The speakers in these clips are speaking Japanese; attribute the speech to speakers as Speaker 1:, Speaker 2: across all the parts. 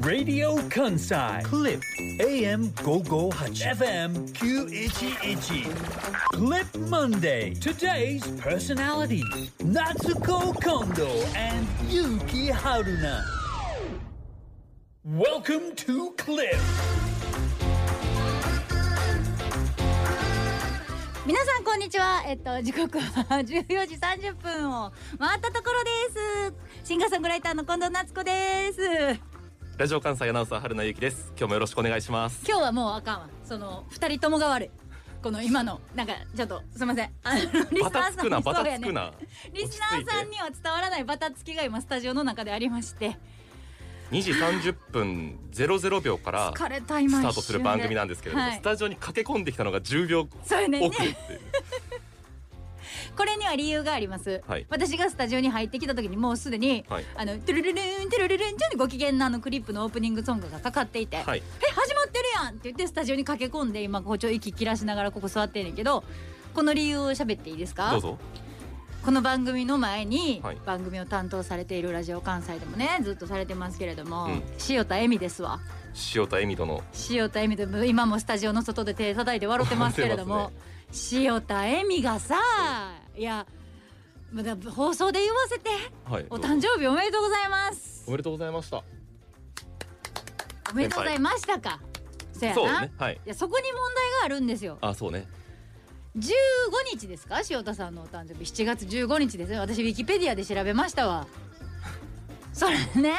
Speaker 1: ラディオ関西クリップ E AM558FM911 Clip Monday Today's personality Natsuko Kondo and Yuki Haruna Welcome to Clip
Speaker 2: 皆さんこんにちはえっと時刻は14時30分を回ったところですシンガーソングライターの近藤夏子です
Speaker 3: ラジオ関西アナウンサー春名ゆきです。今日もよろしくお願いします。
Speaker 2: 今日はもうあかんわその二人ともが悪いこの今のなんかちょっとすみませんあのリ
Speaker 3: バタつくな、バ
Speaker 2: そ
Speaker 3: タ
Speaker 2: うや
Speaker 3: つ
Speaker 2: ね
Speaker 3: くな。
Speaker 2: リスナーさんには伝わらないバタつきが今スタジオの中でありまして
Speaker 3: 2時30分00秒からス
Speaker 2: 疲れた今
Speaker 3: タートする番組なんですけれども、
Speaker 2: はい
Speaker 3: スタジオに駆け込んできたのが10秒遅
Speaker 2: そうやね
Speaker 3: れ
Speaker 2: ね
Speaker 3: っていう。
Speaker 2: これには理由があります、
Speaker 3: はい
Speaker 2: 私がスタジオに入ってきた時にもうすでに、
Speaker 3: はい
Speaker 2: あのトゥルルルントゥルルルンちょっとご機嫌なあのクリップのオープニングソングがかかっていて、
Speaker 3: はい。
Speaker 2: え始まってるやんって言ってスタジオに駆け込んで今包丁息切らしながらここ座ってんねんけどこの理由を喋っていいですか
Speaker 3: どうぞ。
Speaker 2: この番組の前に
Speaker 3: はい
Speaker 2: 番組を担当されているラジオ関西でもねずっとされてますけれども、
Speaker 3: うん
Speaker 2: 塩田恵美ですわ
Speaker 3: 塩田恵美殿。
Speaker 2: 塩田恵美と今もスタジオの外で手叩いて笑ってますけれども、
Speaker 3: 笑って
Speaker 2: 塩田恵美がさいやまだ放送で言わせて
Speaker 3: はい。
Speaker 2: お
Speaker 3: どうぞ
Speaker 2: 誕生日おめでとうございます
Speaker 3: おめでとうございました。
Speaker 2: おめでとうございましたかそやな
Speaker 3: そうね。はい。
Speaker 2: いやそこに問題があるんですよ
Speaker 3: あ、そうね。
Speaker 2: 15日ですか塩田さんのお誕生日7月15日ですね私ウィキペディアで調べました わそれね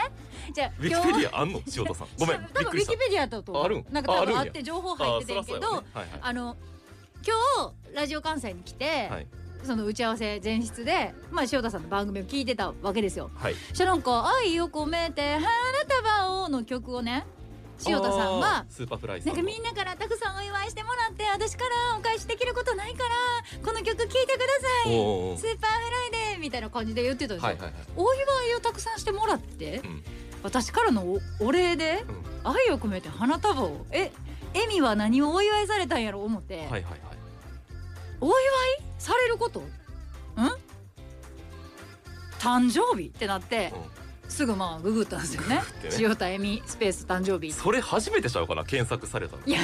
Speaker 2: じゃあ
Speaker 3: ウィキペディアあんの塩田 さん。ごめん。
Speaker 2: 多
Speaker 3: びっ
Speaker 2: 分ウ
Speaker 3: くり
Speaker 2: ィ
Speaker 3: した
Speaker 2: キ。ペディアだと
Speaker 3: あるん
Speaker 2: なんか多
Speaker 3: ああるん
Speaker 2: 分
Speaker 3: や
Speaker 2: あって情報入っててんけどあ,、
Speaker 3: あそらそうやねはい
Speaker 2: の今日ラジオ関西に来て、
Speaker 3: はい。
Speaker 2: その打ち合わせ前室で、まあ、塩田さんの番組を聞いてたわけですよ
Speaker 3: はい。
Speaker 2: そしたらなんか「愛を込めて花束を」の曲をね塩田さん
Speaker 3: あ
Speaker 2: が
Speaker 3: ースーパーフライさ
Speaker 2: なんん
Speaker 3: の
Speaker 2: かみんなからたくさんお祝いしてもらって私からお返しできることないからこの曲聴いてください
Speaker 3: おーお
Speaker 2: ス
Speaker 3: ー
Speaker 2: ーパーフライデーみたいな感じで言ってたでしょ、
Speaker 3: はいはいはい。
Speaker 2: お祝いをたくさんしてもらって、
Speaker 3: うん
Speaker 2: 私からのおお礼で
Speaker 3: うん
Speaker 2: 愛を込めて花束をえエミは何をお祝いされたんやろ思って、
Speaker 3: はいはいはい。
Speaker 2: お祝いされることん誕生日ってなって
Speaker 3: うん
Speaker 2: すぐまあググったんですよね
Speaker 3: ググってね
Speaker 2: 塩田エミスペース誕生日
Speaker 3: それ初めてちゃうかな検索されたの
Speaker 2: いや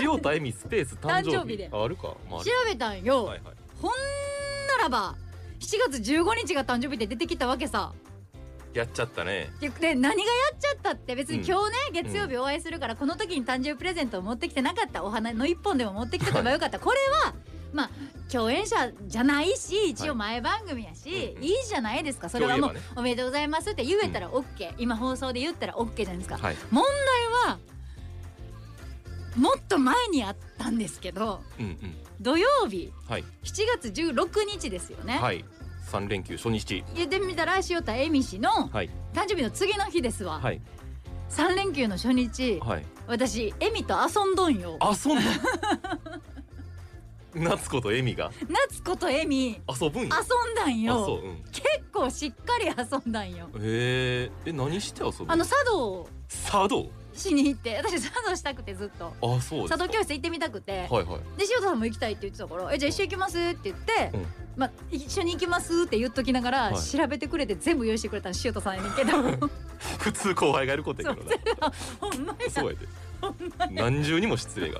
Speaker 3: 塩田恵美スペース誕生日
Speaker 2: 誕生日で
Speaker 3: ああるか、まあ、あ
Speaker 2: 調
Speaker 3: る
Speaker 2: べたんよ、
Speaker 3: はいはい
Speaker 2: ほんならば7月15日が誕生日で出てきたわけさ
Speaker 3: やっちゃったね
Speaker 2: でで何がやっちゃったって別に今日ね、月曜日お会いするからこの時に誕生日プレゼントを持ってきてなかったお花の1本でも持ってきてればよかったこれはまあ共演者じゃないし一応前番組やし、
Speaker 3: はい
Speaker 2: い
Speaker 3: うんうん
Speaker 2: いじゃないですかそれはもう
Speaker 3: そういえ
Speaker 2: 「おめでとうございます」って言えたら OK、今放送で言ったら OK じゃないですか。
Speaker 3: はい
Speaker 2: はもっと前にあったんですけど
Speaker 3: うんうん
Speaker 2: 土曜日
Speaker 3: はい
Speaker 2: 7月16日ですよね。
Speaker 3: はい三連休初日
Speaker 2: 言ってみたら塩田恵美氏の
Speaker 3: はい
Speaker 2: 誕生日の次の日ですわ、
Speaker 3: はい
Speaker 2: 三3連休の初日
Speaker 3: はい
Speaker 2: 私恵美と遊んどんよ
Speaker 3: 遊んだ夏子と恵美が
Speaker 2: 夏子と恵美
Speaker 3: 遊ぶん
Speaker 2: 遊ん
Speaker 3: や
Speaker 2: だん
Speaker 3: あそ
Speaker 2: よ
Speaker 3: ううん
Speaker 2: 結構しっかり遊んだんよ
Speaker 3: へーえ何して遊ぶ
Speaker 2: あの茶道
Speaker 3: 茶道
Speaker 2: しに行って私茶道したくてずっと
Speaker 3: あそうです
Speaker 2: 茶
Speaker 3: か
Speaker 2: 道教室行ってみたくて、
Speaker 3: はいはい
Speaker 2: で塩田さんも行きたいって言ってたから「えじゃあ一緒に行きます」って言って、
Speaker 3: うん
Speaker 2: まあ、一緒に行きますって言っときながら、
Speaker 3: はい
Speaker 2: 調べてくれて全部用意してくれたの塩田さんやねんけ ど
Speaker 3: 普通後輩がやることやけどな
Speaker 2: ほんまや
Speaker 3: そうや で何重にも失礼が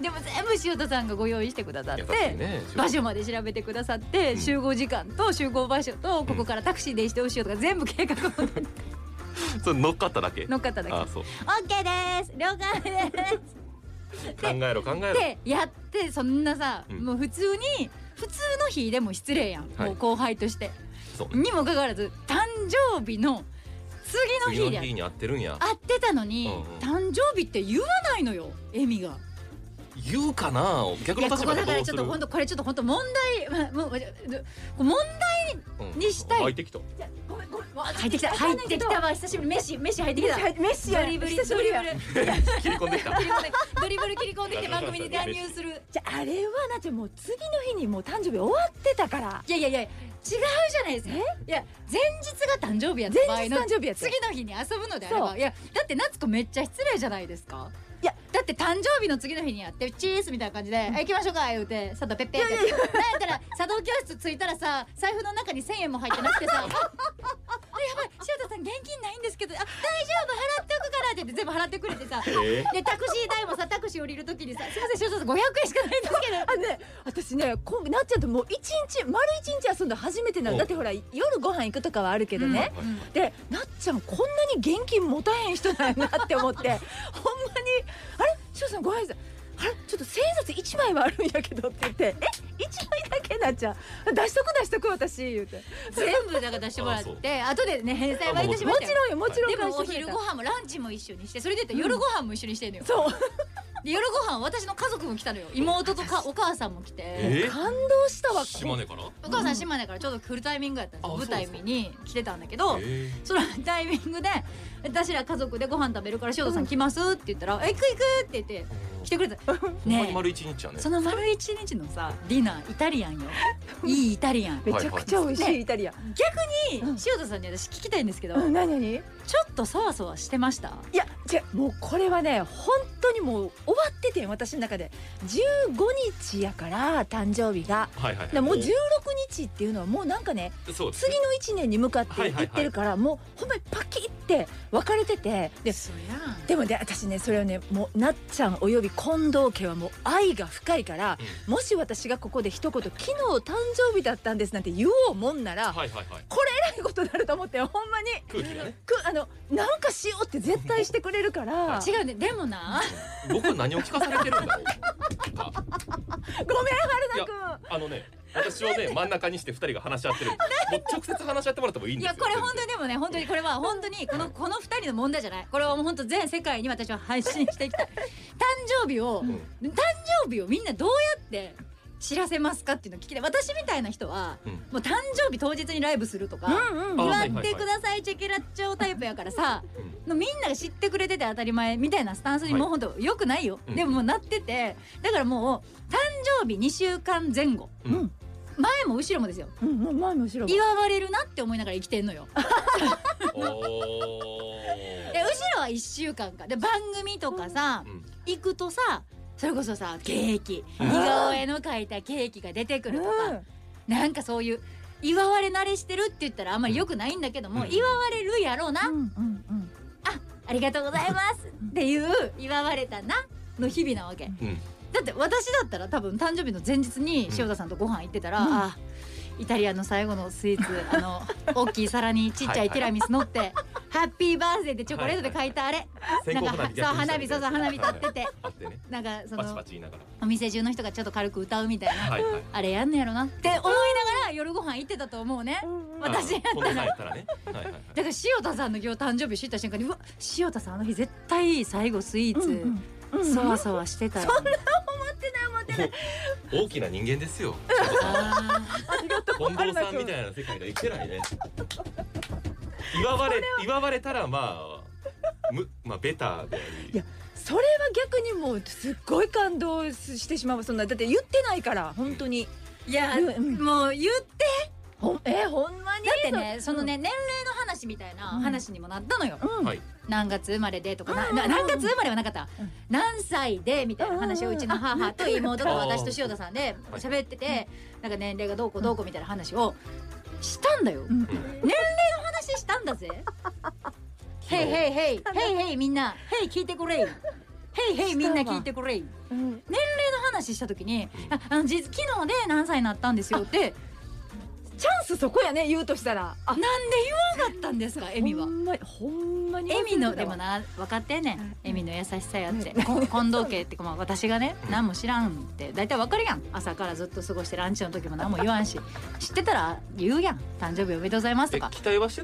Speaker 2: でも全部塩田さんがご用意してくださっ
Speaker 3: 優
Speaker 2: て、
Speaker 3: しいね
Speaker 2: 場所まで調べてくださって、
Speaker 3: うん
Speaker 2: 集合時間と集合場所とここからタクシーで移動しようとか全部計画を立てて
Speaker 3: それ乗っかっただけ
Speaker 2: 乗っかっただけ
Speaker 3: あそう
Speaker 2: 「オッケーです了解です」
Speaker 3: 考えろ考えろ
Speaker 2: ってやってそんなさ、
Speaker 3: うん
Speaker 2: もう普通に普通の日でも失礼やん、
Speaker 3: はい
Speaker 2: もう後輩として。
Speaker 3: そうね
Speaker 2: にもかかわらず誕生日の次
Speaker 3: 次
Speaker 2: の
Speaker 3: の
Speaker 2: 日で
Speaker 3: 日に合ってるんや
Speaker 2: 会ってたのに、
Speaker 3: う
Speaker 2: 誕生日って言わないのよエミが。
Speaker 3: 言うかな逆
Speaker 2: いやこ
Speaker 3: の立
Speaker 2: こ
Speaker 3: 場で
Speaker 2: だ
Speaker 3: ど
Speaker 2: から
Speaker 3: う
Speaker 2: ち
Speaker 3: す
Speaker 2: ょっ
Speaker 3: る
Speaker 2: と本当これちょっと本当問題まあもうまあ問題
Speaker 3: うん
Speaker 2: にしたい
Speaker 3: 湧いてきた
Speaker 4: ごめんごめんわ
Speaker 2: 入ってきた入ってきたわ久しぶり飯飯入ってきた
Speaker 4: メッシや
Speaker 2: ドリブリ
Speaker 4: 久し
Speaker 2: ド
Speaker 4: ぶり
Speaker 2: リブ
Speaker 4: や
Speaker 2: ル
Speaker 3: 切り込んで きた
Speaker 2: 切り込んでドリブル切り込んできて番組に乱入する
Speaker 4: じゃああれはなっちゃんもう次の日にもう誕生日終わってたから
Speaker 2: いやいやいや違うじゃないですかいや前日が誕生日やった場合
Speaker 4: 前日
Speaker 2: の
Speaker 4: 誕生日やって
Speaker 2: 次の日に遊ぶのであれ
Speaker 4: そ
Speaker 2: ば
Speaker 4: う
Speaker 2: いやだって夏子めっちゃ失礼じゃないですか
Speaker 4: いや
Speaker 2: だって誕生日の次の日にやってチーズみたいな感じで「え行きましょうか」言うて佐藤ペッペってなんやったら茶道教室着いたらさ財布の中に1,000円も入ってなくて さ「あやばい塩田さん現金ないんですけどあ大丈夫払っておくから」って言って全部払ってくれてさ
Speaker 3: え
Speaker 2: でタクシー代もさタクシー降りるときにさ「すいません塩田さん500円しかないんですけど」
Speaker 4: あのね、私ねこうなっちゃんともう一日丸一日遊んだの初めてな
Speaker 3: お
Speaker 4: の
Speaker 3: う
Speaker 4: だってほら夜ご飯行くとかはあるけどね、
Speaker 3: うんはい
Speaker 4: でなっちゃんこんなに現金持たへん人だよなっ て思ってほんまにあれ翔さんご挨拶あれちょっと千円札一枚はあるんやけどって言ってえ一枚だけなっちゃん出しとく出しとく私言うて
Speaker 2: 全部だから出してもらっ
Speaker 3: あそう
Speaker 2: て後でね返済はいたしま
Speaker 4: も
Speaker 2: した
Speaker 4: ち
Speaker 2: よ
Speaker 4: ろんよもちろん
Speaker 2: でもお
Speaker 4: 返して
Speaker 2: 昼
Speaker 4: くれた
Speaker 2: ご飯もランチも一緒にしてそれで言ったら夜ご飯も一緒にしてんのよ、
Speaker 4: そう
Speaker 2: で夜ご飯私の家族も来たのよ妹とかお母さんも来て、
Speaker 3: え
Speaker 4: 感動したわ
Speaker 3: 島根から
Speaker 2: お母さん島根からちょうど来るタイミングやったんですよ
Speaker 3: あ
Speaker 2: 舞台
Speaker 3: そうそ
Speaker 2: 見
Speaker 3: う
Speaker 2: に来てたんだけど
Speaker 3: え
Speaker 2: そのタイミングで私ら家族でご飯食べるから塩田さん来ますって言ったら「え行く行く!」って言って来てくれた
Speaker 3: えほんま
Speaker 2: ね
Speaker 3: に
Speaker 2: え
Speaker 3: 丸一日やね
Speaker 2: その丸一日のさディナーイタリアンよいいイタリアン
Speaker 4: めちゃくちゃ美味しいイタリアン、
Speaker 2: に塩田さんに私聞きたいんですけど
Speaker 4: うん何何
Speaker 2: ちょっとそわそわしてました
Speaker 4: いや違うもうこれはね本当にもう終わっててん私の中で15日やから誕生日が
Speaker 3: はいはいは
Speaker 4: だから
Speaker 3: い
Speaker 4: もう16日っていうのはもうなんかね
Speaker 3: おそうです
Speaker 4: 次の1年に向かって
Speaker 3: はいいはいはい
Speaker 4: ってるから、もうほんまにパキって分かれててで
Speaker 2: そやん
Speaker 4: でもね私ねそれをねもうなっちゃんおよび近藤家はもう愛が深いから、もし私がここで一言「昨日誕生日だったんです」なんて言おうもんな ら、
Speaker 3: はいはいはい
Speaker 4: 偉いことになると思ってほんまに
Speaker 3: 空気がね
Speaker 4: くあのなんかしようって絶対してくれるから
Speaker 2: 違うねでもな
Speaker 3: 僕は何を聞かされてるんだろう あ
Speaker 4: ごめん
Speaker 3: い
Speaker 4: 春
Speaker 3: や
Speaker 4: 菜くん
Speaker 3: あのね私をね真ん中にして二人が話し合っ てるんですもう直接話し合ってもらってもいいん
Speaker 2: い
Speaker 3: です
Speaker 2: や
Speaker 3: よ
Speaker 2: これ
Speaker 3: 全然
Speaker 2: 本当にでもね本当にこれは本当にこのこの二人の問題じゃないこれはもう本当全世界に私は配信していきたい誕生日を、
Speaker 3: ん
Speaker 2: 誕生日をみんなどうやって知らせますかっていうのを聞きたい私みたいな人は、
Speaker 3: うん
Speaker 2: もう誕生日当日にライブするとか、
Speaker 4: うんうん
Speaker 3: あ
Speaker 2: 祝
Speaker 3: はいはい
Speaker 2: っ
Speaker 3: はい
Speaker 2: てくださいチェケラッチョタイプやからさ、のみんなが知ってくれてて当たり前みたいなスタンスに
Speaker 3: はい
Speaker 2: もうほんとよくないよ、
Speaker 3: うん
Speaker 2: でももうなっててだからもう誕生日2週間前後、
Speaker 3: うん
Speaker 2: 前も後ろもですよ
Speaker 4: うんうん前も後ろも
Speaker 2: 祝われるなって思いながら生きてんのよ
Speaker 3: おー
Speaker 2: で後ろは1週間かで番組とかさ、
Speaker 3: うん
Speaker 2: 行くとさそれこそさケーキ似顔絵の描いたケーキが出てくるとか、
Speaker 4: うん
Speaker 2: なんかそういう祝われ慣れしてるって言ったらあんまり良くないんだけども、
Speaker 3: うん
Speaker 2: 祝われるやろうな、
Speaker 4: うんうんうん
Speaker 2: ありがとうございますっていう祝われたなの日々なわけ
Speaker 3: うん
Speaker 2: だって私だったら多分誕生日の前日に
Speaker 3: うん
Speaker 2: 塩田さんとご飯行ってたら、
Speaker 4: うん
Speaker 2: あイタリアの最後のスイーツあの大きい皿にちっちゃいティラミス乗って「ハッピーバースデー」ってチョコレートで書いたあれ
Speaker 3: 線香
Speaker 2: なんかそう花火そうそう花火立ってて
Speaker 3: あってね
Speaker 2: なんかそ
Speaker 3: パチパ
Speaker 2: の
Speaker 3: チ言いながら
Speaker 2: お店中の人がちょっと軽く歌うみたいな
Speaker 3: はいはい
Speaker 2: あれやんのやろなって思いながら夜ご飯行ってたと思うね私や
Speaker 3: あこんなんやったらねはいはいは
Speaker 2: だ
Speaker 3: い
Speaker 2: から塩田さんの今日誕生日知った瞬間にうわ塩田さんあの日絶対最後スイーツ、
Speaker 4: うんうん
Speaker 2: そわそわしてたよ、
Speaker 3: お大きな人間ですよ
Speaker 2: あ
Speaker 3: 近藤さんみたいな世界では生きてないね祝われ祝われたらまあむまあベターであ
Speaker 4: い
Speaker 3: り
Speaker 4: やそれは逆にもうすっごい感動してしまうそんなだって言ってないから本当に
Speaker 2: ーいや、
Speaker 4: うん
Speaker 2: もう言って
Speaker 4: ほんえほんまに
Speaker 2: だってねそのね、年齢の話みたいな話にもなったのよ、
Speaker 4: うん
Speaker 3: はい
Speaker 2: 何月生まれでとか、な
Speaker 4: うんうんう
Speaker 2: な
Speaker 4: ん
Speaker 2: 何月生まれはなかった、
Speaker 4: うん
Speaker 2: 何歳でみたいな話をうちの母と妹と
Speaker 3: うんうんうん
Speaker 2: 私と塩田さんで喋ってて、なんか年齢がどうこうどうこうみたいな話をしたんだよ、
Speaker 4: ん
Speaker 2: 話したんだ ぜ「
Speaker 3: 昨
Speaker 2: へい
Speaker 3: 日
Speaker 2: へいへいへいへいみんなへい聞いてくれい」「へいへいみんな聞いてくれい」
Speaker 4: うん
Speaker 2: 話した時に「ああの実昨日で何歳になったんですよ」って
Speaker 4: チャンスそこやね言うとしたら
Speaker 2: なんで言わなかったんですかエミは
Speaker 4: ほ。んまほんまに
Speaker 2: エミのでも
Speaker 4: な
Speaker 2: な分かってんねん
Speaker 4: うん
Speaker 2: エミの優しさやってこ近藤家ってまあ私がね何も知らんって大体分かるやん朝からずっと過ごしてランチの時も何も言わんし知ってたら言うやん誕生日おめでとうございますと
Speaker 3: え
Speaker 2: か
Speaker 3: 期待はして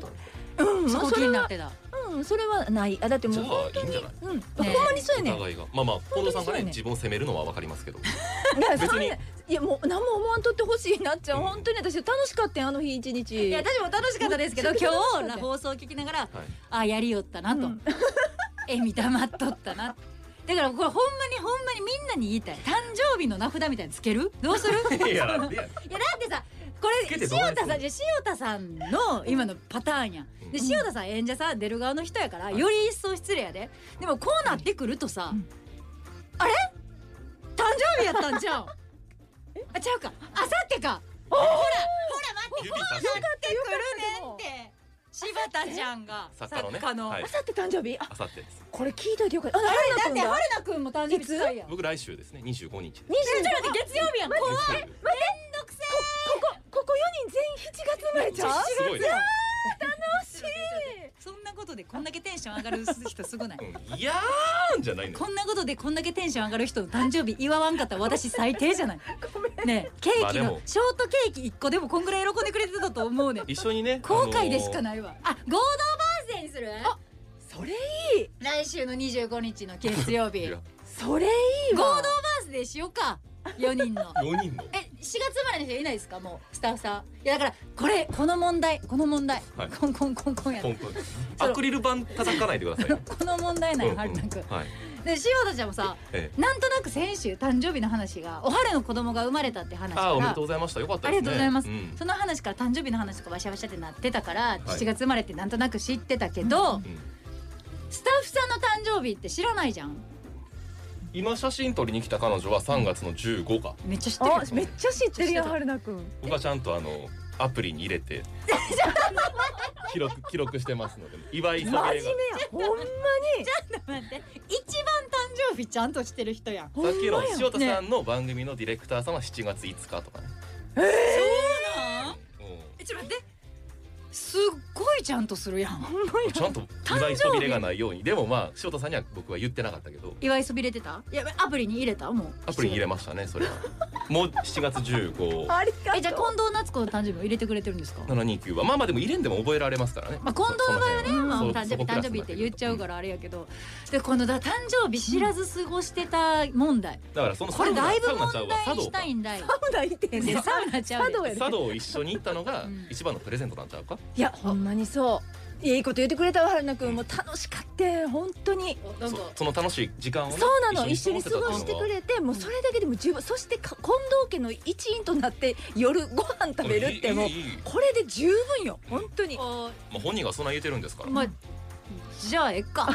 Speaker 3: たの
Speaker 4: うん
Speaker 2: そこ
Speaker 4: そ
Speaker 2: 気
Speaker 4: れ
Speaker 2: にな
Speaker 4: は
Speaker 2: ってた
Speaker 4: うんそれはないあだって
Speaker 3: じ
Speaker 4: も
Speaker 3: ゃ
Speaker 4: う本
Speaker 3: あいいんじゃない
Speaker 4: 当にうんほ
Speaker 2: ね
Speaker 4: んまにそうやねん
Speaker 3: お互いがまあまあ近藤さんが
Speaker 4: 本当にそうや
Speaker 3: ね
Speaker 4: ね
Speaker 3: 自分を責めるのはわかりますけど
Speaker 4: いや
Speaker 3: 別に
Speaker 4: そうねいやもう何も思わんとってほしいなっちゃう
Speaker 3: うん
Speaker 4: 本当に私楽しかったよあの日一日
Speaker 2: いや私も楽しかったですけど
Speaker 4: めっちゃ楽しかった
Speaker 2: 今日放送を聞きながら
Speaker 3: はい
Speaker 2: あやりよったなと、
Speaker 4: うん
Speaker 2: えみ黙っとったなだからこれほんまにほんまにみんなに言いたい誕生日の名札みたいにつけるどうするいや
Speaker 3: いや
Speaker 2: だ
Speaker 3: いや
Speaker 2: ってさこ
Speaker 3: つ
Speaker 2: れ
Speaker 3: けてどない
Speaker 2: 塩
Speaker 3: す
Speaker 2: 田
Speaker 3: ん
Speaker 2: さ
Speaker 3: の
Speaker 2: んじゃ塩田さんの今のパターンやんで
Speaker 3: う
Speaker 2: 塩田さん演者さん出る側の人やから
Speaker 3: い
Speaker 2: より一層失礼やででもこうなってくるとさ
Speaker 4: うん
Speaker 2: あれ誕生日やったんちゃうあちゃうかあさってかほらほら待って
Speaker 3: 指さし
Speaker 2: こうなってく
Speaker 4: よかっ
Speaker 2: るねんって柴田ちゃんが
Speaker 3: 作家のねはい
Speaker 4: あさって誕生日あ
Speaker 3: あさってです
Speaker 4: これ聞いといてよかったあ
Speaker 2: だ
Speaker 4: 春
Speaker 2: っ
Speaker 4: 菜
Speaker 2: て
Speaker 4: くん
Speaker 2: 春
Speaker 4: が
Speaker 2: 菜くんも誕生日近いやん
Speaker 3: 僕来週ですね25日です
Speaker 4: 二十
Speaker 2: ちょっと待って月曜日やん怖い
Speaker 3: 怖い
Speaker 2: めんどくせ
Speaker 4: ここ四人全員七月生まれちゃう
Speaker 3: すごいね
Speaker 2: 楽しいそんなことでこんだけテンション上がる人すごない
Speaker 3: うんいやーんじゃないのよ
Speaker 2: こんなことでこんだけテンション上がる人の誕生日祝わんかったら私最低 じゃないねえケー
Speaker 3: まあ
Speaker 2: キ
Speaker 3: で
Speaker 2: の
Speaker 3: も
Speaker 2: ショートケーキ1個でもこんぐらい喜んでくれてたと思うねん
Speaker 3: 一緒にね
Speaker 2: 後悔でしか
Speaker 3: い
Speaker 2: ないわあ合同バースデーにする
Speaker 4: それいい
Speaker 2: 来週の25日の月曜日
Speaker 3: い
Speaker 2: 合
Speaker 3: や
Speaker 4: それいい
Speaker 2: 同バ
Speaker 4: わ
Speaker 2: ースデーしようか4人の
Speaker 3: 4人の
Speaker 2: え4月生まれの人いないですかもうスタッフさんいやだからこれこの問題この問題、
Speaker 3: はい
Speaker 2: こんこんこんこんやな
Speaker 3: コンコンアクリル板叩かないでくださいよ
Speaker 2: この問題なん
Speaker 3: う
Speaker 2: や
Speaker 3: ん
Speaker 2: はるたくん
Speaker 3: はい
Speaker 2: で塩田ちゃんもさ
Speaker 3: ええ
Speaker 2: なんとなく先週誕生日の話がおはるの子供が生まれたって話から
Speaker 3: あーおめでとうございましたよかった
Speaker 2: あ
Speaker 3: で
Speaker 2: り
Speaker 3: すね
Speaker 2: がとうございます、
Speaker 3: ん
Speaker 2: その話から誕生日の話とかわしゃわしゃってなってたから、
Speaker 3: い
Speaker 2: 7月生まれってなんとなく知ってたけど、
Speaker 3: うん
Speaker 2: スタッフさんの誕生日って知らないじゃん
Speaker 3: 今写真撮りに来た彼女は3月の15か
Speaker 2: めっちゃ知ってる
Speaker 4: あめっちゃ知ってる
Speaker 2: 知っ
Speaker 4: よ
Speaker 2: てた
Speaker 4: 春菜くん
Speaker 3: 僕はちゃんとあのアプリに入れ て記録記録してますので祝い
Speaker 4: 真
Speaker 3: 下
Speaker 4: 面目
Speaker 3: げが
Speaker 4: やほんまに
Speaker 2: ちょっと待って一番誕生日ちゃんとしてる人やん
Speaker 3: さっきの
Speaker 4: ほんまや
Speaker 3: 塩田さんの番組のディレクターさんは7月5日とかね、
Speaker 2: そうなん
Speaker 3: う
Speaker 2: えちょっと待ってすっごいちゃんとするやん
Speaker 3: ん、ちゃんと祝いそびれがないようにでもまあ塩田さんには僕は言ってなかったけど
Speaker 2: 祝いそびれてたいやアプリに入れたもう
Speaker 3: アプリに入れましたねそ れはもう7月15729
Speaker 4: ありがとう
Speaker 2: えじゃあ近藤夏子の誕生日も入れてくれてるんですか
Speaker 3: はまあまあでも入れんでも覚えられますからね、
Speaker 2: まあ、近藤の場合はね、
Speaker 3: そ
Speaker 2: まあ、
Speaker 3: そ
Speaker 2: 誕生
Speaker 3: そ
Speaker 2: 日
Speaker 3: こク
Speaker 2: 誕
Speaker 3: ラス
Speaker 2: 生日って
Speaker 3: にな
Speaker 2: て
Speaker 3: くる
Speaker 2: 言っちゃうからあれやけど、でこのだ誕生日知らず過ごしてた問題、
Speaker 3: だからその
Speaker 2: これだいぶ
Speaker 3: サウナ
Speaker 2: 問
Speaker 3: ちゃうわ
Speaker 2: 題
Speaker 3: 茶道
Speaker 2: したいんだよ。
Speaker 4: サウナ行ってん
Speaker 2: ね
Speaker 4: ね
Speaker 2: サウナちゃうで
Speaker 4: 茶道やで
Speaker 3: 茶道を一緒に行ったのが
Speaker 2: うん
Speaker 3: 一番のプレゼントなんちゃうか、
Speaker 4: いやほんまにそういやいいこと言ってくれたわ春菜くんもう楽しかって本当に
Speaker 2: おなん
Speaker 3: そ
Speaker 2: か
Speaker 3: その楽しい時間をね、
Speaker 4: そうなの一緒に過ごしてく
Speaker 3: っ
Speaker 4: れてもうそれだけでも十分そしてか近藤家の一員となって夜ご飯食べるってもう
Speaker 3: いいいいいい
Speaker 4: これで十分よ本当に
Speaker 2: お
Speaker 3: まあ、本人がそんな言うてるんですから、
Speaker 2: まあじゃあえっ か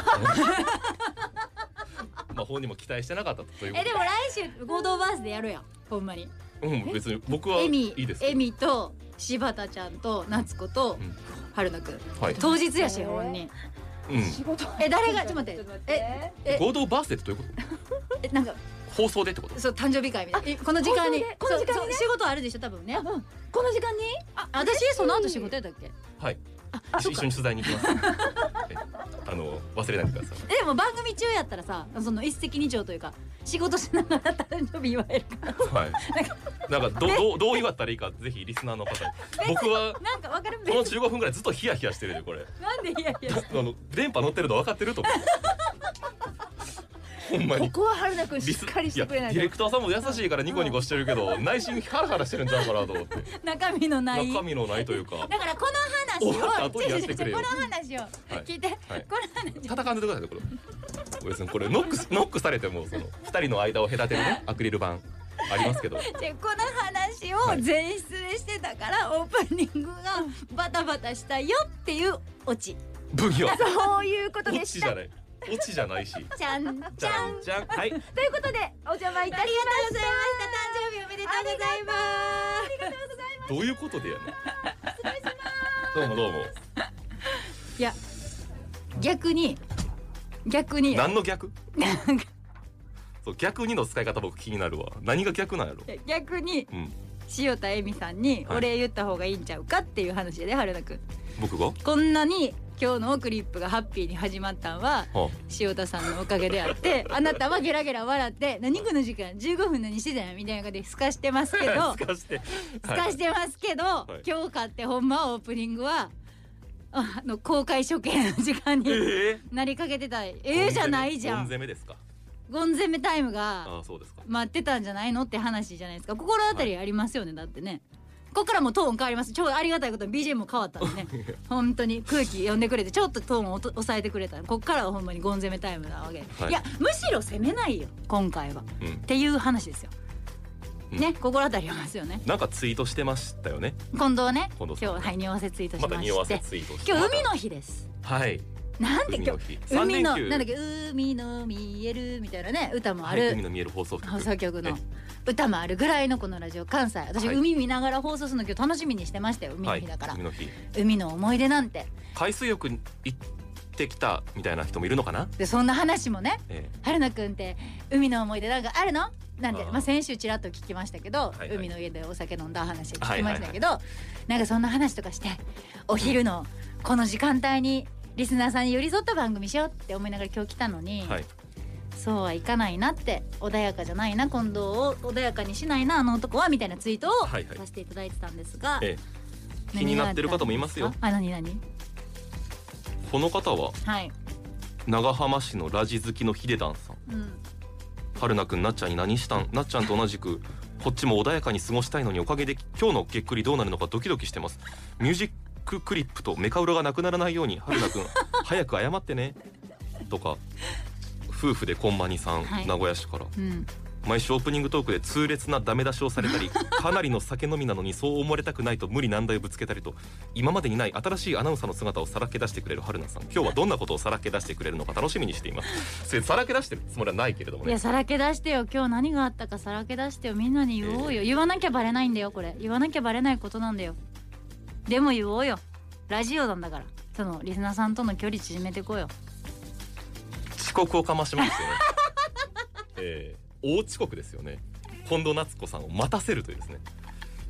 Speaker 3: まあ本人も期待してなかったというこ
Speaker 2: えでも来週合同バースでやるやんほんまに
Speaker 3: とでうん別に僕はい
Speaker 2: エ
Speaker 3: い
Speaker 2: ミ
Speaker 3: ですけ
Speaker 2: エ
Speaker 3: ど
Speaker 2: ミと柴田ちゃんと夏子と
Speaker 3: うん
Speaker 2: 春菜くん
Speaker 3: はい、
Speaker 2: 当日やし本人
Speaker 3: うん、
Speaker 4: 事
Speaker 2: え誰がちょっと待ってええ
Speaker 3: 合同バースデーってどういうこ
Speaker 2: えなんか
Speaker 3: と放送でってこと
Speaker 2: そう誕生日会みたいなえこの時間に
Speaker 4: 本当ねこの時間にね
Speaker 2: そうそう仕事あるでしょ多分ね
Speaker 4: あうんこの時間に
Speaker 2: あ私その後仕事やったっけ
Speaker 3: はい
Speaker 4: あ
Speaker 3: 一緒
Speaker 4: そ
Speaker 3: 一
Speaker 4: う
Speaker 3: 緒
Speaker 4: か
Speaker 3: に取材に行きますえあの忘れないでください
Speaker 2: えでも番組中やったらさその一石二鳥というか仕事しながら誕生日祝えるか
Speaker 3: はいなんかどどうどう言わったらいいかぜひリスナーの方に僕は
Speaker 2: ら なんかわかる
Speaker 3: この15分ぐらいずっとヒヤヒヤしてるでこれ
Speaker 2: なんでいやいや
Speaker 3: あの電波乗ってるの分かってると思う ほんま
Speaker 4: こ
Speaker 3: に
Speaker 4: こは春菜くん
Speaker 3: リ
Speaker 4: し
Speaker 3: ス
Speaker 4: っかりしてくれないい
Speaker 3: やディレ
Speaker 4: と
Speaker 3: クターさんも優しいからニコニコしてるけど、内心ハラハラしてるんちゃうかなと思って
Speaker 2: 中身のない
Speaker 3: 中身のないというか
Speaker 2: だからこの
Speaker 3: 終わった
Speaker 2: 話を
Speaker 3: 後にやってくれよ
Speaker 2: 違う違う違うこの話を
Speaker 3: はい
Speaker 2: 聞いて、
Speaker 3: はい
Speaker 2: この話
Speaker 3: 戦んでてくださいねこれ別にこれノックスノックされてもその二人の間を隔てるねアクリル板あります けど
Speaker 2: 違うこの話を全室でしてたから、オープニングがバタバタしたよっていうオチ
Speaker 3: 分業
Speaker 4: そういうこと
Speaker 3: 落
Speaker 4: で
Speaker 3: ち
Speaker 4: し
Speaker 3: じ
Speaker 4: た
Speaker 3: ゃ
Speaker 4: と
Speaker 3: ない落ちじゃないし
Speaker 2: じゃんじゃんありがとう
Speaker 3: じゃんじゃんはい
Speaker 4: いうことでお邪魔いたしま
Speaker 2: ございました誕生日おめでとうございます
Speaker 3: どういうことでやねどうもどうも
Speaker 2: いや逆に逆に
Speaker 3: 何の逆そう逆にの使い方僕気になるわ何が逆なんやろ
Speaker 2: 逆に
Speaker 3: うん
Speaker 2: 塩田恵美さんに
Speaker 3: はい
Speaker 2: お礼言った方がいいんちゃうかっていう話やで、春菜くん
Speaker 3: 僕が、は
Speaker 2: こんなに今日のクリップがハッピーに始まったんは
Speaker 3: あ
Speaker 2: 塩田さんのおかげであって あなたはゲラゲラ笑って何この時間15分の西じゃないみたいな感じですかしてますけど
Speaker 3: すかして
Speaker 2: すかしてますけど、
Speaker 3: い
Speaker 2: 今日買ってほんまはオープニングはああの公開処刑の時間
Speaker 3: え
Speaker 2: に
Speaker 3: え
Speaker 2: なりかけてたええじゃないじゃ
Speaker 3: ゴン
Speaker 2: ん
Speaker 3: 攻めですか
Speaker 2: ゴン攻めタイムが
Speaker 3: ああそうですか
Speaker 2: 待ってたんじゃないのって話じゃないですか心当たりありますよね、だってねここからもうトーン変わりますちょうどありがたいことに BGM も変わったんでね本当に空気読んでくれてちょっとトーンを落と抑えてくれたこっからはほんまにゴン攻めタイムなわけで、
Speaker 3: はい
Speaker 2: いやむしろ攻めないよ今回はっ
Speaker 3: うん
Speaker 2: ていう話ですよ
Speaker 3: うん
Speaker 2: ね心当たりありますよね
Speaker 3: なんかツイートしてましたよね
Speaker 2: 近藤ね今
Speaker 3: 近藤
Speaker 2: 日
Speaker 3: さん
Speaker 2: はい匂わせツイートし
Speaker 3: ま
Speaker 2: ま
Speaker 3: た
Speaker 2: して
Speaker 3: 匂わせツイートして
Speaker 2: 今日海
Speaker 3: ま
Speaker 2: の日です
Speaker 3: たはい
Speaker 2: なんで今日
Speaker 3: 日
Speaker 2: 海の
Speaker 3: 三連休
Speaker 2: なんだっけ海の見えるみたいなね歌もあ
Speaker 3: はい、海
Speaker 2: る
Speaker 3: の見える放送局
Speaker 2: 放送局の
Speaker 3: ね
Speaker 2: 歌もあるぐらいのこのラジオ関西私
Speaker 3: はい
Speaker 2: 海見ながら放送するの今日楽しみにしてましたよ海
Speaker 3: は
Speaker 2: の
Speaker 3: い
Speaker 2: 日だから
Speaker 3: 海の日
Speaker 2: 海の思い出なんて
Speaker 3: 海水浴に行ってきたみたいな人もいるのかな、
Speaker 2: でそんな話もね
Speaker 3: え
Speaker 2: 春菜くんって海の思い出なんかあるのなんて
Speaker 3: あー
Speaker 2: まあ、先週ちらっと聞きましたけど、
Speaker 3: はいはい
Speaker 2: 海の家でお酒飲んだ話聞きましたけど、なんかそんな話とかしてお昼のこの時間帯にリスナーさんに寄り添った番組しようって思いながら今日来たのに、
Speaker 3: えはい
Speaker 2: そうはいかないなって穏やかじゃないな近藤を穏やかにしないなあの男はみたいなツイートを
Speaker 3: はいはい
Speaker 2: させていただいてたんですが、
Speaker 3: え
Speaker 2: 何
Speaker 3: 気になってる方もいますよ
Speaker 2: があったんですかあ何何
Speaker 3: この方は
Speaker 2: はい、
Speaker 3: 長浜市のラジ好きのヒデダンさん
Speaker 2: うん、
Speaker 3: 春菜くんなっちゃんに何したんなっちゃんと同じくこっちも穏やかに過ごしたいのにおかげで今日のげっくりどうなるのかドキドキしてますミュージッククリップとメカウロがなくならないように 春菜くん早く謝ってねとか夫婦でこんまにさん、
Speaker 2: はい
Speaker 3: 名古屋市から
Speaker 2: うん、
Speaker 3: 毎週オープニングトークで痛烈なダメ出しをされ たりかなりの酒飲みなのにそう思われたくないと無理難題をぶつけたりと今までにない新しいアナウンサーの姿をさらけ出してくれる春菜さん今日はどんなことをさらけ出してくれるのか楽しみにしていますそれさらけ出してるつもりはないけれども
Speaker 2: い
Speaker 3: ね
Speaker 2: やさらけ出してよ今日何があったかさらけ出してよみんなに言おうよ、言わなきゃバレないんだよこれ言わなきゃバレないことなんだよでも言おうよラジオなんだからそのリスナーさんとの距離縮めてこうよ
Speaker 3: 遅刻をかましま すよね、えー大遅刻ですよね近藤夏子さんを待たせるというですね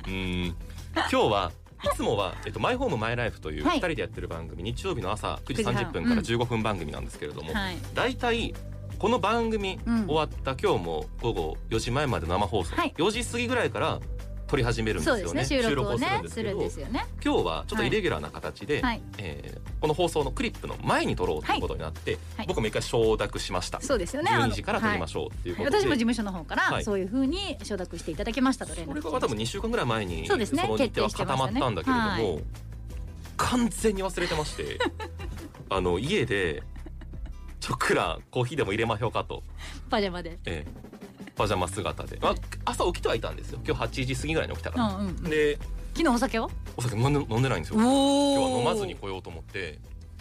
Speaker 3: うーん今日はいつもは、えっと、マイホームマイライフという
Speaker 2: は
Speaker 3: 2
Speaker 2: い
Speaker 3: 人でやってる番組、日曜日の朝9時
Speaker 2: 9時半
Speaker 3: 30分から
Speaker 2: うん
Speaker 3: 15分番組なんですけれども、
Speaker 2: はい
Speaker 3: 大体この番組
Speaker 2: うん
Speaker 3: 終わった、今日も午後4時前まで生放送、
Speaker 2: はい
Speaker 3: 4時過ぎぐらいから撮り始めるんです
Speaker 2: そ
Speaker 3: よ
Speaker 2: う
Speaker 3: ね
Speaker 2: ですね収録をね
Speaker 3: を
Speaker 2: するんですよね
Speaker 3: 今日はちょっとイレギュラーな形で、
Speaker 2: はい
Speaker 3: えーこの放送のクリップの前に撮ろうということになって、
Speaker 2: はい
Speaker 3: 僕も一回承諾しました、
Speaker 2: そうですよねあの
Speaker 3: 12時から撮りましょうっていうことで、
Speaker 2: 私も事務所の方から、
Speaker 3: はい
Speaker 2: そういうふうに承諾していただきましたと連
Speaker 3: こ
Speaker 2: 絡
Speaker 3: れ
Speaker 2: 来て
Speaker 3: が
Speaker 2: ま
Speaker 3: 多
Speaker 2: し
Speaker 3: 分2週間ぐらい前に
Speaker 2: そうですね
Speaker 3: の日程は固まったんだけれども、
Speaker 2: 決定してましたねは
Speaker 3: 完全に忘れてましてあの家でちょっくらコーヒーでも入れましょうかと、
Speaker 2: たパジャマで
Speaker 3: ええパジャマ姿で、まあ、朝起きてはいたんですよ今日8時過ぎぐらいに起きた
Speaker 2: う
Speaker 3: か
Speaker 2: ん
Speaker 3: ら、
Speaker 2: うんうん昨
Speaker 3: で
Speaker 2: 日お酒を
Speaker 3: お酒飲んで飲んでないんですよ
Speaker 2: お
Speaker 3: 今日
Speaker 2: お
Speaker 3: は飲まずに来ようと思って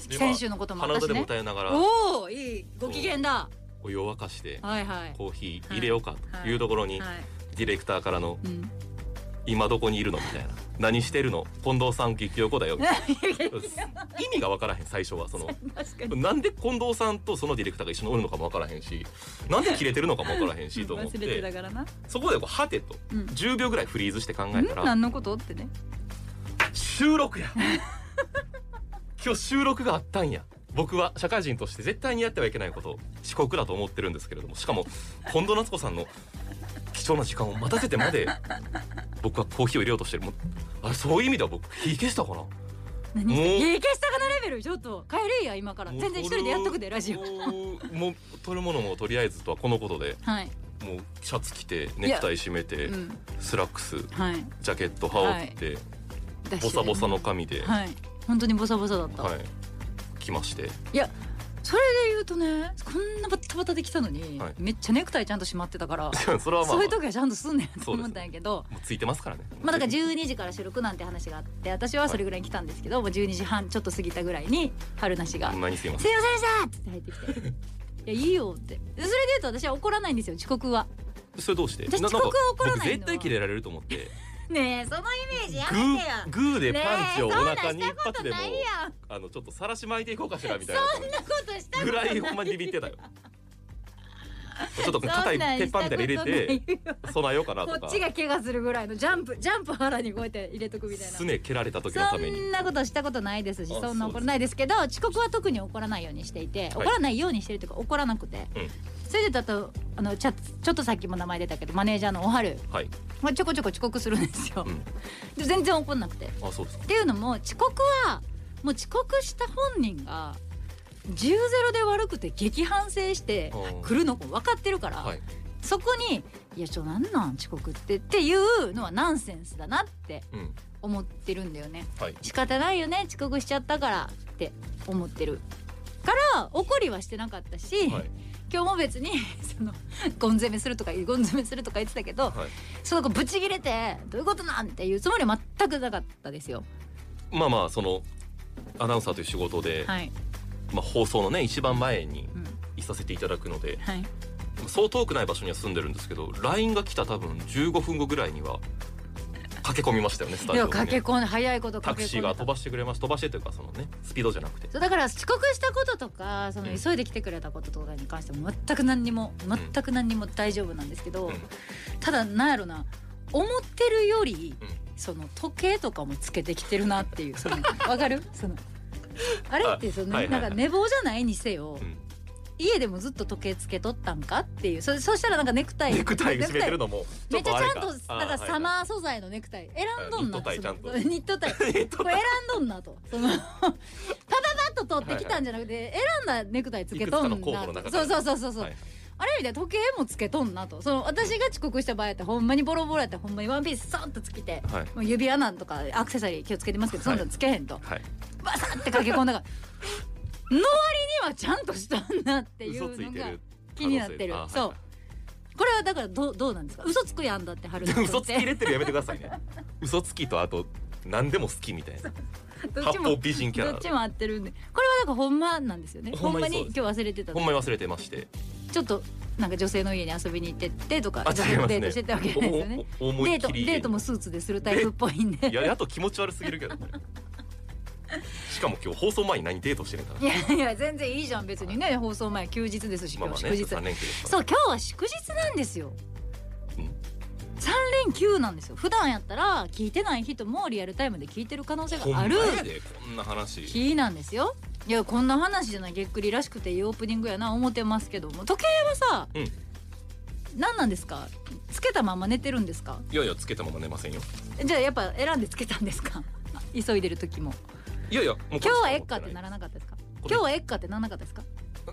Speaker 3: で
Speaker 2: 先週のこともあ
Speaker 3: 鼻
Speaker 2: ったし
Speaker 3: 歌でも
Speaker 2: ね
Speaker 3: 歌いながら
Speaker 2: おおいいご機嫌だ
Speaker 3: お湯を沸かして
Speaker 2: はいはい
Speaker 3: コーヒー入れようかというところに
Speaker 2: はい
Speaker 3: ディレクターからの
Speaker 2: うん
Speaker 3: 「今どこにいるの?」みたいな「何してるの近藤さん激横 だよ」みたいな意味が分からへん最初はその。
Speaker 2: 確かに
Speaker 3: なんで近藤さんとそのディレクターが一緒におるのかも分からへんしなんでキレてるのかも分からへんしと思っ
Speaker 2: 忘れてた
Speaker 3: て
Speaker 2: からな、
Speaker 3: そこでこうはてと
Speaker 2: うん
Speaker 3: 10秒ぐらいフリーズして考えたら
Speaker 2: 何のことってね
Speaker 3: 収録や今日収録があったんや僕は社会人として絶対にやってはいけないことを遅刻だと思ってるんですけれどもしかも近藤夏子さんの貴重な時間を待たせてまで僕はコーヒーを入れようとしてるもうあれそういう意味では僕火消したかな
Speaker 2: 何
Speaker 3: もう
Speaker 2: え消したかなレベルちょっと帰れや今から全然一人でやっとくでラジオ
Speaker 3: もうもう取るものもとりあえずとはこのことで
Speaker 2: はい、
Speaker 3: もうシャツ着てネクタイ締めて、
Speaker 2: うん、
Speaker 3: スラックス
Speaker 2: はい
Speaker 3: ジャケット羽織って、
Speaker 2: ダッシュでね
Speaker 3: ボサボサの髪で、はい
Speaker 2: はい本当にボサボサだった、
Speaker 3: 来まして
Speaker 2: いやそれで言うとねこんなバタバタできたのに、
Speaker 3: はい
Speaker 2: めっちゃネクタイちゃんと締まってたから、
Speaker 3: それはまあ、
Speaker 2: そう
Speaker 3: ま
Speaker 2: い
Speaker 3: あ
Speaker 2: う、時はちゃんとすんねんと
Speaker 3: そうです
Speaker 2: 思ったんやけど、
Speaker 3: もうついてますからね
Speaker 2: まあだから12時から収録なんて話があって私はそれぐらいに来たんですけど、もう12時半ちょっと過ぎたぐらいに春なしが
Speaker 3: ほんまにすいませ
Speaker 2: す
Speaker 3: ん
Speaker 2: いませんでしたって入ってきて「いやいいよ」ってでそれで言うと私は怒らないんですよ遅刻は
Speaker 3: それどうして
Speaker 2: 私
Speaker 3: ななんか
Speaker 2: 遅刻は怒らないの
Speaker 3: 僕絶対キレられると思って
Speaker 2: ねえそのイメージや
Speaker 3: グ
Speaker 2: めてよ
Speaker 3: ーグーで
Speaker 2: ね
Speaker 3: パ
Speaker 2: え
Speaker 3: ンチをお
Speaker 2: そんなん
Speaker 3: 腹に
Speaker 2: した
Speaker 3: 一
Speaker 2: こと
Speaker 3: 発でも
Speaker 2: ないやん
Speaker 3: あのちょっと晒し巻いていこうかしらみたい
Speaker 2: そんなことしたこ
Speaker 3: なぐ
Speaker 2: とな
Speaker 3: ら
Speaker 2: い
Speaker 3: いほんまにビビってたよちょっと
Speaker 2: そんなん
Speaker 3: 硬い鉄板みたいに入れて
Speaker 2: したことないよ
Speaker 3: 備えようかなと
Speaker 2: こ
Speaker 3: か
Speaker 2: っちが怪我するぐらいのジャンプ ジャンプ腹にこうやって入れとくみたいな
Speaker 3: すね蹴られた時の
Speaker 2: そ
Speaker 3: ために
Speaker 2: んなことしたことないですし
Speaker 3: あ
Speaker 2: そんな怒らないですけど遅刻は特に怒らないようにしていて怒らないようにしてるというか怒らなくて、
Speaker 3: うん
Speaker 2: それでだとあのちょちょっとさっきも名前出たけどマネージャーのおはる、
Speaker 3: はい、
Speaker 2: まあ、ちょこちょこ遅刻するんですよ、
Speaker 3: うん
Speaker 2: で全然怒んなくてっ
Speaker 3: あそうですか
Speaker 2: ていうのも遅刻はもう遅刻した本人が10ゼロで悪くて激反省して
Speaker 3: うん
Speaker 2: 来るのも分かってるから、
Speaker 3: はい
Speaker 2: そこに「いやちょなんなん遅刻って」っていうのはナンセンスだなって
Speaker 3: うん
Speaker 2: 思ってるんだよね。
Speaker 3: はい
Speaker 2: 仕方ないよね遅刻しちゃったからって思ってるから怒りはしてなかったし、
Speaker 3: はい
Speaker 2: 今日も別にそのゴン攻めするとかゴン攻めするとか言ってたけど、
Speaker 3: はい
Speaker 2: そこぶち切れてどういうことなんっていうつもりは全くなかったですよ。
Speaker 3: まあまあそのアナウンサーという仕事で、
Speaker 2: はい、
Speaker 3: まあ、放送のね一番前に
Speaker 2: うん
Speaker 3: いさせていただくので
Speaker 2: はい、
Speaker 3: そう遠くない場所には住んでるんですけど LINE が来た多分15分後ぐらいには駆け込みましたよねスタジ
Speaker 2: で
Speaker 3: オ
Speaker 2: も
Speaker 3: に、
Speaker 2: 駆け
Speaker 3: ね。
Speaker 2: 込んで早いこと
Speaker 3: タ
Speaker 2: 駆
Speaker 3: ク
Speaker 2: け込んで
Speaker 3: シーが飛ばしてくれました飛ばしてというかそのねスピードじゃなくて
Speaker 2: そうだから遅刻したこととかその
Speaker 3: うん
Speaker 2: 急いで来てくれたこととかに関しても全く何にも
Speaker 3: ん
Speaker 2: 全く何にも大丈夫なんですけど、
Speaker 3: うん
Speaker 2: ただなんやろな思ってるより、
Speaker 3: うん
Speaker 2: その時計とかもつけてきてるなっていうそのわか るそのあれってその、
Speaker 3: はいはいはい
Speaker 2: なんか寝坊じゃないにせよ、
Speaker 3: うん
Speaker 2: 家でもずっと時計つけとったんかっていうそれそしたらなんかネクタイ
Speaker 3: ネクタイ締めてるのもち
Speaker 2: めっ
Speaker 3: ょっ
Speaker 2: ちゃ
Speaker 3: と
Speaker 2: ち
Speaker 3: あ
Speaker 2: ゃ
Speaker 3: れ
Speaker 2: ん
Speaker 3: か
Speaker 2: となんかサ
Speaker 3: ー
Speaker 2: マー素材のネクタイ選んどんな
Speaker 3: あニットタイちゃんと
Speaker 2: そのニットタイこれ 選んどんなとそのパパパッと取ってきたんじゃなくて選んだネクタイつけとん
Speaker 3: いくつか
Speaker 2: な
Speaker 3: の候補の中か
Speaker 2: そう
Speaker 3: ら
Speaker 2: そうそうそうそう、
Speaker 3: はい
Speaker 2: あれみたいな時計もつけとんなとその私が遅刻した場合ってほんまにボロボロやってほんまにワンピースそっとつけて、
Speaker 3: はい
Speaker 2: もう指輪なんとかアクセサリー気をつけてますけどそんなんつけへんと、
Speaker 3: はい
Speaker 2: バサッて駆け込んだ からの割にはちゃんとしたんなってい
Speaker 3: 嘘
Speaker 2: う
Speaker 3: つい
Speaker 2: の
Speaker 3: て
Speaker 2: が
Speaker 3: る
Speaker 2: 気になってる
Speaker 3: 可能性
Speaker 2: そ
Speaker 3: あ
Speaker 2: うこれはだからどうどうなんですか嘘つくやんだって春菜
Speaker 3: はい
Speaker 2: 君って
Speaker 3: 嘘つき入れてるやめてくださいね嘘つきとあと何でも好きみたいな
Speaker 2: どっ
Speaker 3: 八
Speaker 2: ち
Speaker 3: 方
Speaker 2: も
Speaker 3: 美人キャラ
Speaker 2: どっちも合ってるんでこれはなんかほんまなんですよねほ
Speaker 3: ほ
Speaker 2: ん
Speaker 3: ん
Speaker 2: ま
Speaker 3: ま
Speaker 2: に
Speaker 3: に
Speaker 2: 今日忘れてた
Speaker 3: ほんまに忘れてまして
Speaker 2: ちょっとなんか女性の家に遊びに行ってデートか女
Speaker 3: あ違
Speaker 2: 性
Speaker 3: いま
Speaker 2: と
Speaker 3: す
Speaker 2: デー
Speaker 3: ね
Speaker 2: トしてたわけじゃないですよね
Speaker 3: おお
Speaker 2: デ
Speaker 3: 思い
Speaker 2: ー
Speaker 3: っ
Speaker 2: ト
Speaker 3: き
Speaker 2: デ
Speaker 3: り
Speaker 2: ートもスーツでするタイプっぽいんで
Speaker 3: いややっと気持ち悪すぎるけどこれ しかも今日放送前に何デートしてるんだ
Speaker 2: いやいや全然いいじゃん別にね放送前休日ですし
Speaker 3: まあ
Speaker 2: 今
Speaker 3: ま
Speaker 2: 日祝
Speaker 3: あね
Speaker 2: 日
Speaker 3: 三連休ですから
Speaker 2: そう今日は祝日なんですよ
Speaker 3: うん
Speaker 2: 三連休なんですよ普段やったら聞いてない人もリアルタイムで聞いてる可能性
Speaker 3: ほん
Speaker 2: が
Speaker 3: ま
Speaker 2: ある
Speaker 3: やでこんな話
Speaker 2: 日なんですよいやこんな話じゃないげっくりらしくていいオープニングやな思ってますけども時計はさ、
Speaker 3: うん
Speaker 2: 何なんですかつけたまま寝てるんですか
Speaker 3: いやいやつけたまま寝ませんよ
Speaker 2: じゃあやっぱ選んでつけたんですか 急いでる時も
Speaker 3: いやいやもう
Speaker 2: 今日はえっかってな
Speaker 3: ら
Speaker 2: らなかったですか
Speaker 3: これ
Speaker 2: 今日はえっかってならなかったですか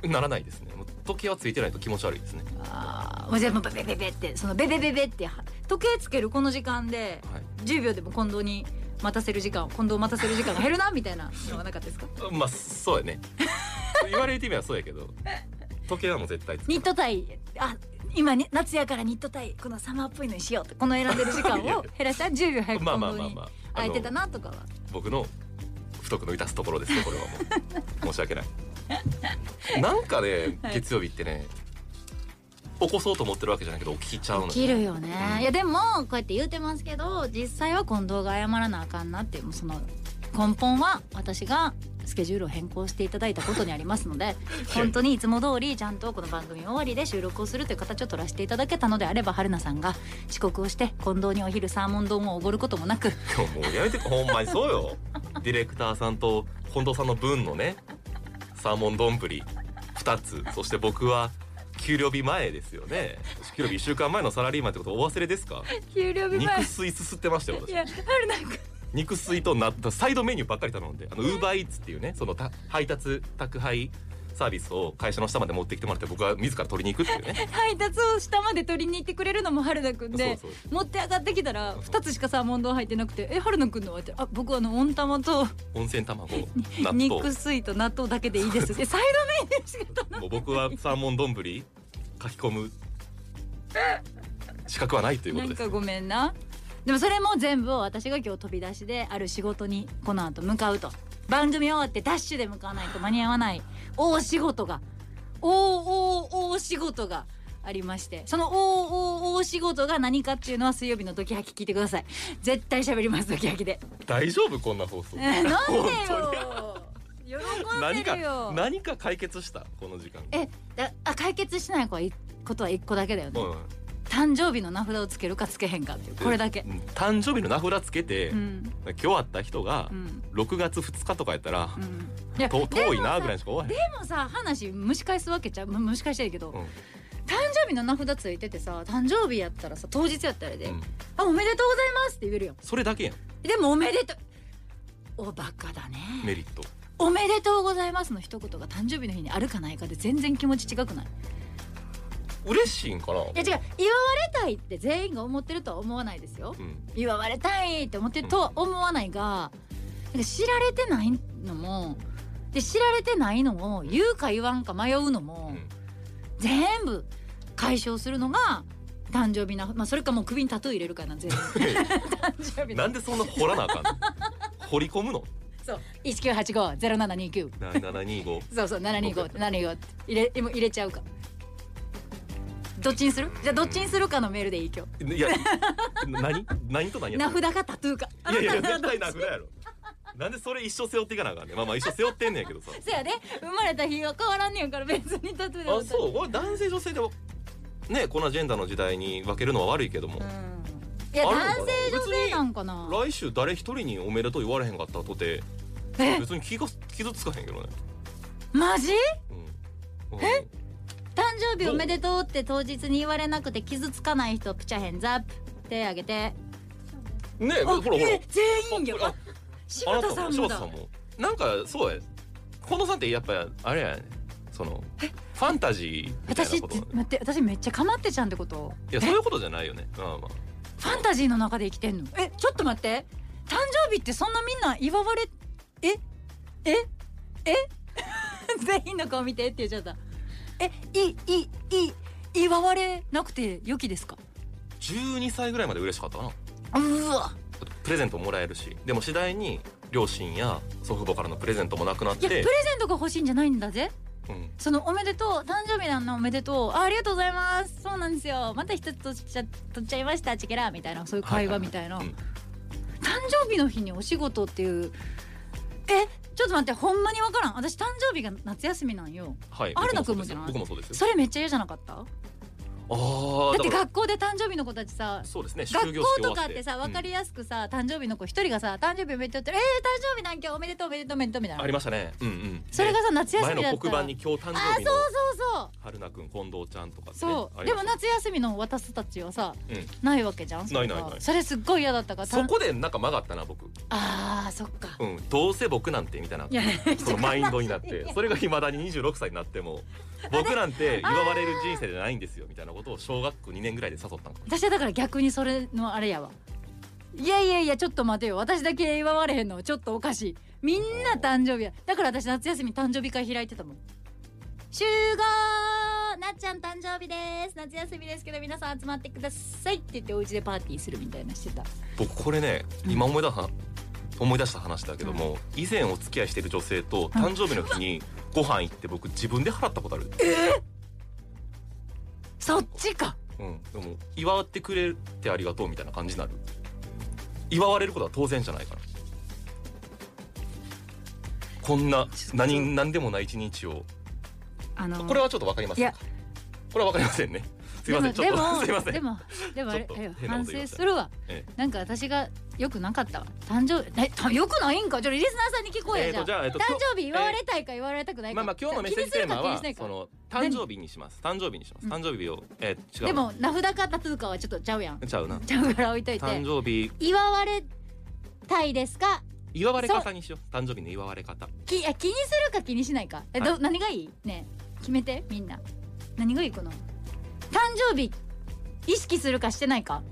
Speaker 3: ならないですねもう時計はついてないと気持ち悪いですね
Speaker 2: ああもうじゃあもうベベベベってそのベベベベっては時計つけるこの時間で
Speaker 3: はい
Speaker 2: 10秒でも近藤に待たせる時間近藤待たせる時間が減るなみたいなのはなかったですか
Speaker 3: まあそうやね言われてみればそうやけど時計はもう絶対 つ
Speaker 2: ニットタイあ今に夏やからニットタイこのサマーっぽいのにしようってこの選んでる時間を減らしたら10秒早く
Speaker 3: まあま
Speaker 2: 近藤
Speaker 3: あまあ
Speaker 2: に
Speaker 3: まあ
Speaker 2: 空いてた
Speaker 3: あ
Speaker 2: なとかは
Speaker 3: の僕の不徳の致すところですよこれは もう申し訳ないなんかね
Speaker 2: はい
Speaker 3: 月曜日ってね起こそうと思ってるわけじゃないけど起きちゃうの
Speaker 2: 起きるよね、
Speaker 3: うん
Speaker 2: いやでもこうやって言うてますけど実際は近藤が謝らなあかんなっていうもうその根本は私がスケジュールを変更していただいたことにありますの で本当にいつも通りちゃんとこの番組終わりで収録をするという形を取らせていただけたのであれば春菜さんが遅刻をして近藤にお昼サーモン丼をおごることもなく
Speaker 3: 今日もうやめてほんまにそうよディレクターさんと近藤さんの分のねサーモン丼2つそして僕は給料日前ですよね給料日1週間前のサラリーマンってことお忘れですか
Speaker 2: 給料日前
Speaker 3: 肉水すすってましたよ
Speaker 2: い
Speaker 3: 私
Speaker 2: や春菜君
Speaker 3: 肉水となサイドメニューばっかり頼んであのウーバーイーツっていうねそのた配達宅配サービスを会社の下まで持ってきてもらって僕は自ら取りに行くっていう ね
Speaker 2: 配達を下まで取りに行ってくれるのも春菜君で
Speaker 3: そうそ
Speaker 2: 持って上がってきたら2つしかサーモン丼入ってなくて「え春菜君のは?」って「あ僕はあの温玉と」
Speaker 3: う温泉卵納豆
Speaker 2: 肉水と納豆だけでいい です。でサイドメニューしか頼
Speaker 3: もう僕はサーモン丼書き込む資格はないというこ
Speaker 2: な
Speaker 3: と
Speaker 2: ん
Speaker 3: です
Speaker 2: かごめんな。でもそれも全部を私が今日飛び出しである仕事にこの後向かうと番組終わってダッシュで向かわないと間に合わない大仕事が大大大仕事がありましてその大大大仕事が何かっていうのは水曜日のドキハキ聞いてください絶対喋りますドキハキで
Speaker 3: 大丈夫こんな放送
Speaker 2: えなんでよ喜ん
Speaker 3: 何
Speaker 2: でるよ
Speaker 3: か何か解決したこの時間
Speaker 2: えだあ解決しない子はいことは一個だけだよね、
Speaker 3: うん
Speaker 2: 誕生日の名札をつけるかつけへんかっていうこれだけ
Speaker 3: うん誕生日の名札つけて、
Speaker 2: うん
Speaker 3: 今日会った人が
Speaker 2: うん
Speaker 3: 6月2日とかやったら、
Speaker 2: うんいや
Speaker 3: と遠いな
Speaker 2: でもさ
Speaker 3: ぐらいしか終わ
Speaker 2: でもさ話蒸し返すわけちゃうむ蒸し返したいけど、
Speaker 3: うん
Speaker 2: 誕生日の名札ついててさ誕生日やったらさ当日やったらで「
Speaker 3: へん、うん、
Speaker 2: あおめでとうございます」って言えるよ
Speaker 3: それだけやん
Speaker 2: でも「おめでとう」おバカだね
Speaker 3: メリット
Speaker 2: 「おめでとうございます」の一言が誕生日の日にあるかないかで全然気持ち違くない
Speaker 3: 嬉しいんかない
Speaker 2: や違う祝われたいって全員が思ってるとは思わないですよ
Speaker 3: うん、
Speaker 2: 祝われたいって思ってるとは思わないがなんか知られてないのもで知られてないのを言うか言わんか迷うの
Speaker 3: う
Speaker 2: も
Speaker 3: ん、
Speaker 2: 全部解消するのが誕生日な、まあ、それかもう首にタトゥー入れるかな全 部誕生日
Speaker 3: な
Speaker 2: なん
Speaker 3: でそんな掘らなあ かんの掘り込むの
Speaker 2: そう19850729
Speaker 3: 725
Speaker 2: そうそう725って725って入れ今入れちゃうかどっちにするじゃあどっちにするかのメールでいい今日
Speaker 3: いや何何と何や
Speaker 2: 名
Speaker 3: ってる
Speaker 2: 札かタトゥーか
Speaker 3: いやいや絶対名札やろなんでそれ一生背負っていかなあかんねんまあまあ一生背負ってんねんやけどさ
Speaker 2: そやで生まれた日は変わらんねやから別にタトゥーでも
Speaker 3: あ そうこれ男性女性でもねこのジェンダーの時代に分けるのは悪いけども、
Speaker 2: いや
Speaker 3: あるのかな
Speaker 2: 男性女性なんかな
Speaker 3: 来週誰一人におめでとう言われへんかったとて
Speaker 2: え
Speaker 3: 別に気が傷つかへんけどね、
Speaker 2: マジ
Speaker 3: うん、え
Speaker 2: 誕生日おめでとうって当日に言われなくて傷つかない人プチャヘンザップ手あげて
Speaker 3: ねほらほら
Speaker 2: え全員よ
Speaker 3: あ
Speaker 2: 柴
Speaker 3: あな
Speaker 2: 田
Speaker 3: た
Speaker 2: さ
Speaker 3: も
Speaker 2: ん
Speaker 3: 柴
Speaker 2: も
Speaker 3: 田
Speaker 2: だ
Speaker 3: さんもなんかそうや近藤さんってやっぱあれやねそのファンタジーみたい
Speaker 2: 私
Speaker 3: な
Speaker 2: っ
Speaker 3: こ
Speaker 2: て
Speaker 3: と
Speaker 2: 待って私めっちゃかまってちゃんってこと
Speaker 3: いやそういうことじゃないよねまあまあ
Speaker 2: ファンタジーの中で生きてんのえちょっと待って誕生日ってそんなみんな祝われえええ 全員の顔見てって言っちゃったえいいいい祝われなくて良きですか
Speaker 3: 12歳ぐらいまで嬉しかったかな
Speaker 2: うわ
Speaker 3: プレゼントもらえるしでも次第に両親や祖父母からのプレゼントもなくなっ
Speaker 2: いやプレ
Speaker 3: て
Speaker 2: ゼ、ントが欲しいんじゃないんだぜ
Speaker 3: うん、
Speaker 2: そのおめでとう誕生日なんだおめでとうあありがとうございますそうなんですよまた一つ取っちゃ取っちゃいましたチケラみたいなそういう会話みたいな、
Speaker 3: はいはいは
Speaker 2: 誕生日の日にお仕事っていうえちょっと待ってほんまにわからん私誕生日が夏休みなんよ
Speaker 3: はい
Speaker 2: あるの
Speaker 3: 僕もそうですよ
Speaker 2: くんもじゃない
Speaker 3: 僕もそうですよ
Speaker 2: それめっちゃ嫌じゃなかった
Speaker 3: ああ
Speaker 2: だって
Speaker 3: から
Speaker 2: 学校で誕生日の子たちさ
Speaker 3: そうですね
Speaker 2: 学
Speaker 3: 終業
Speaker 2: 校
Speaker 3: 式終
Speaker 2: と
Speaker 3: わ
Speaker 2: か
Speaker 3: っ
Speaker 2: っててさ分か
Speaker 3: う
Speaker 2: りやすくさ、誕生日の子一人がさ誕生日おめでとうって言ったらえー、誕生日なん今日おめでとうおめでとうおめでとうみたい
Speaker 3: ん
Speaker 2: な
Speaker 3: ありましたねうんうん
Speaker 2: それがさ夏休
Speaker 3: 前
Speaker 2: みだったら
Speaker 3: の黒板に今日誕
Speaker 2: あー
Speaker 3: 生日
Speaker 2: そ
Speaker 3: の
Speaker 2: うそうそう
Speaker 3: 春菜くん近藤ちゃんとかね
Speaker 2: そう、
Speaker 3: あり
Speaker 2: で
Speaker 3: ま
Speaker 2: も
Speaker 3: した
Speaker 2: 夏休みの私たちはさ、
Speaker 3: うん
Speaker 2: ないわけじゃんそれが
Speaker 3: ないないない
Speaker 2: それすっごい嫌だったからた
Speaker 3: そこでなんか曲がったな僕
Speaker 2: あーそっか
Speaker 3: うんどうせ僕なんてみたいない
Speaker 2: や
Speaker 3: そのマインドになってそれがいまだに26歳になっても僕なんて祝われる人生じゃないんですよみたいなことを小学校2年ぐらいで誘ったの
Speaker 2: 私はだから逆にそれのあれやわいやいやいやちょっと待てよ私だけ祝われへんのちょっとおかしいみんな誕生日やだから私夏休み誕生日会開いてたもん集合なっちゃん誕生日です夏休みですけど皆さん集まってくださいって言ってお家でパーティーするみたいなしてた
Speaker 3: 僕これね今思い出した思い出した話だけども以前お付き合いしてる女性と誕生日の日にご飯行って僕自分で払ったことある
Speaker 2: そっちか
Speaker 3: うんでも祝ってくれてありがとうみたいな感じになる祝われることは当然じゃないからこんな何何でもない一日を
Speaker 2: あの
Speaker 3: これはちょっとわかりま
Speaker 2: い
Speaker 3: せん
Speaker 2: や
Speaker 3: かこれはわかり ませんねすい
Speaker 2: で
Speaker 3: ませ
Speaker 2: も
Speaker 3: んちょっと すいません
Speaker 2: でもでもあれ
Speaker 3: ちょっと
Speaker 2: あれよ
Speaker 3: 変な
Speaker 2: 反
Speaker 3: こと言
Speaker 2: 省
Speaker 3: いました
Speaker 2: するわ、
Speaker 3: え
Speaker 2: なんか私が良くなかったわ誕生日えた良くないんかちょっとリスナーさんに聞こうや、
Speaker 3: えーと
Speaker 2: じゃあ
Speaker 3: じゃあえーと
Speaker 2: 誕生日祝われたいか祝われたくないか、
Speaker 3: まあまあ今日のメッセージテーマ
Speaker 2: 気に
Speaker 3: は
Speaker 2: するか気にし
Speaker 3: そ
Speaker 2: ないか
Speaker 3: の誕生日にします誕生日にします
Speaker 2: うん
Speaker 3: 誕生日をえー違う
Speaker 2: でも名札かタトゥーかはちょっとちゃう やん
Speaker 3: ちゃうな
Speaker 2: ちゃうから置いといて
Speaker 3: 誕生日
Speaker 2: 祝われたいですか
Speaker 3: 祝われ方にしよう誕生日の祝われ方
Speaker 2: きいや気にするか気にしないかえど、
Speaker 3: は
Speaker 2: 何がいいねえ決めてみんな何がいいかな誕生日意識するかしてないか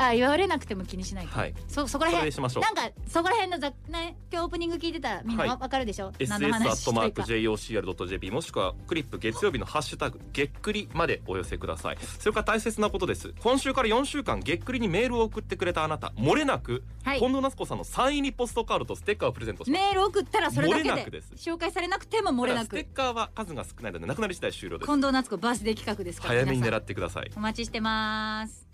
Speaker 2: あ言われなくても気にしないか、
Speaker 3: はい
Speaker 2: そそこら
Speaker 3: それで
Speaker 2: 辺
Speaker 3: しましょう
Speaker 2: なんかそこら辺のざ、ね、今日オープニング聞いてたらみんな
Speaker 3: はい
Speaker 2: わわかるでしょ、何の
Speaker 3: SS ア
Speaker 2: 話
Speaker 3: ットマー
Speaker 2: し
Speaker 3: ク
Speaker 2: てるか
Speaker 3: JOCR.jp もしくはクリップ月曜日のハッシュタグげっくりまでお寄せくださいそれから大切なことです今週から4週間げっくりにメールを送ってくれたあなた漏れなく
Speaker 2: はい
Speaker 3: 近藤夏子さんのサイン入りポストカードとステッカーをプレゼントします
Speaker 2: メール送ったらそれだけ
Speaker 3: 漏れな
Speaker 2: で
Speaker 3: くです
Speaker 2: 紹介されなくても漏れな
Speaker 3: ただ
Speaker 2: く
Speaker 3: ステッカーは数が少ないのでなくなり次第終了です
Speaker 2: 近藤夏子バースデー企画ですから
Speaker 3: 早めに
Speaker 2: 皆さん
Speaker 3: 狙ってください
Speaker 2: お待ちしてます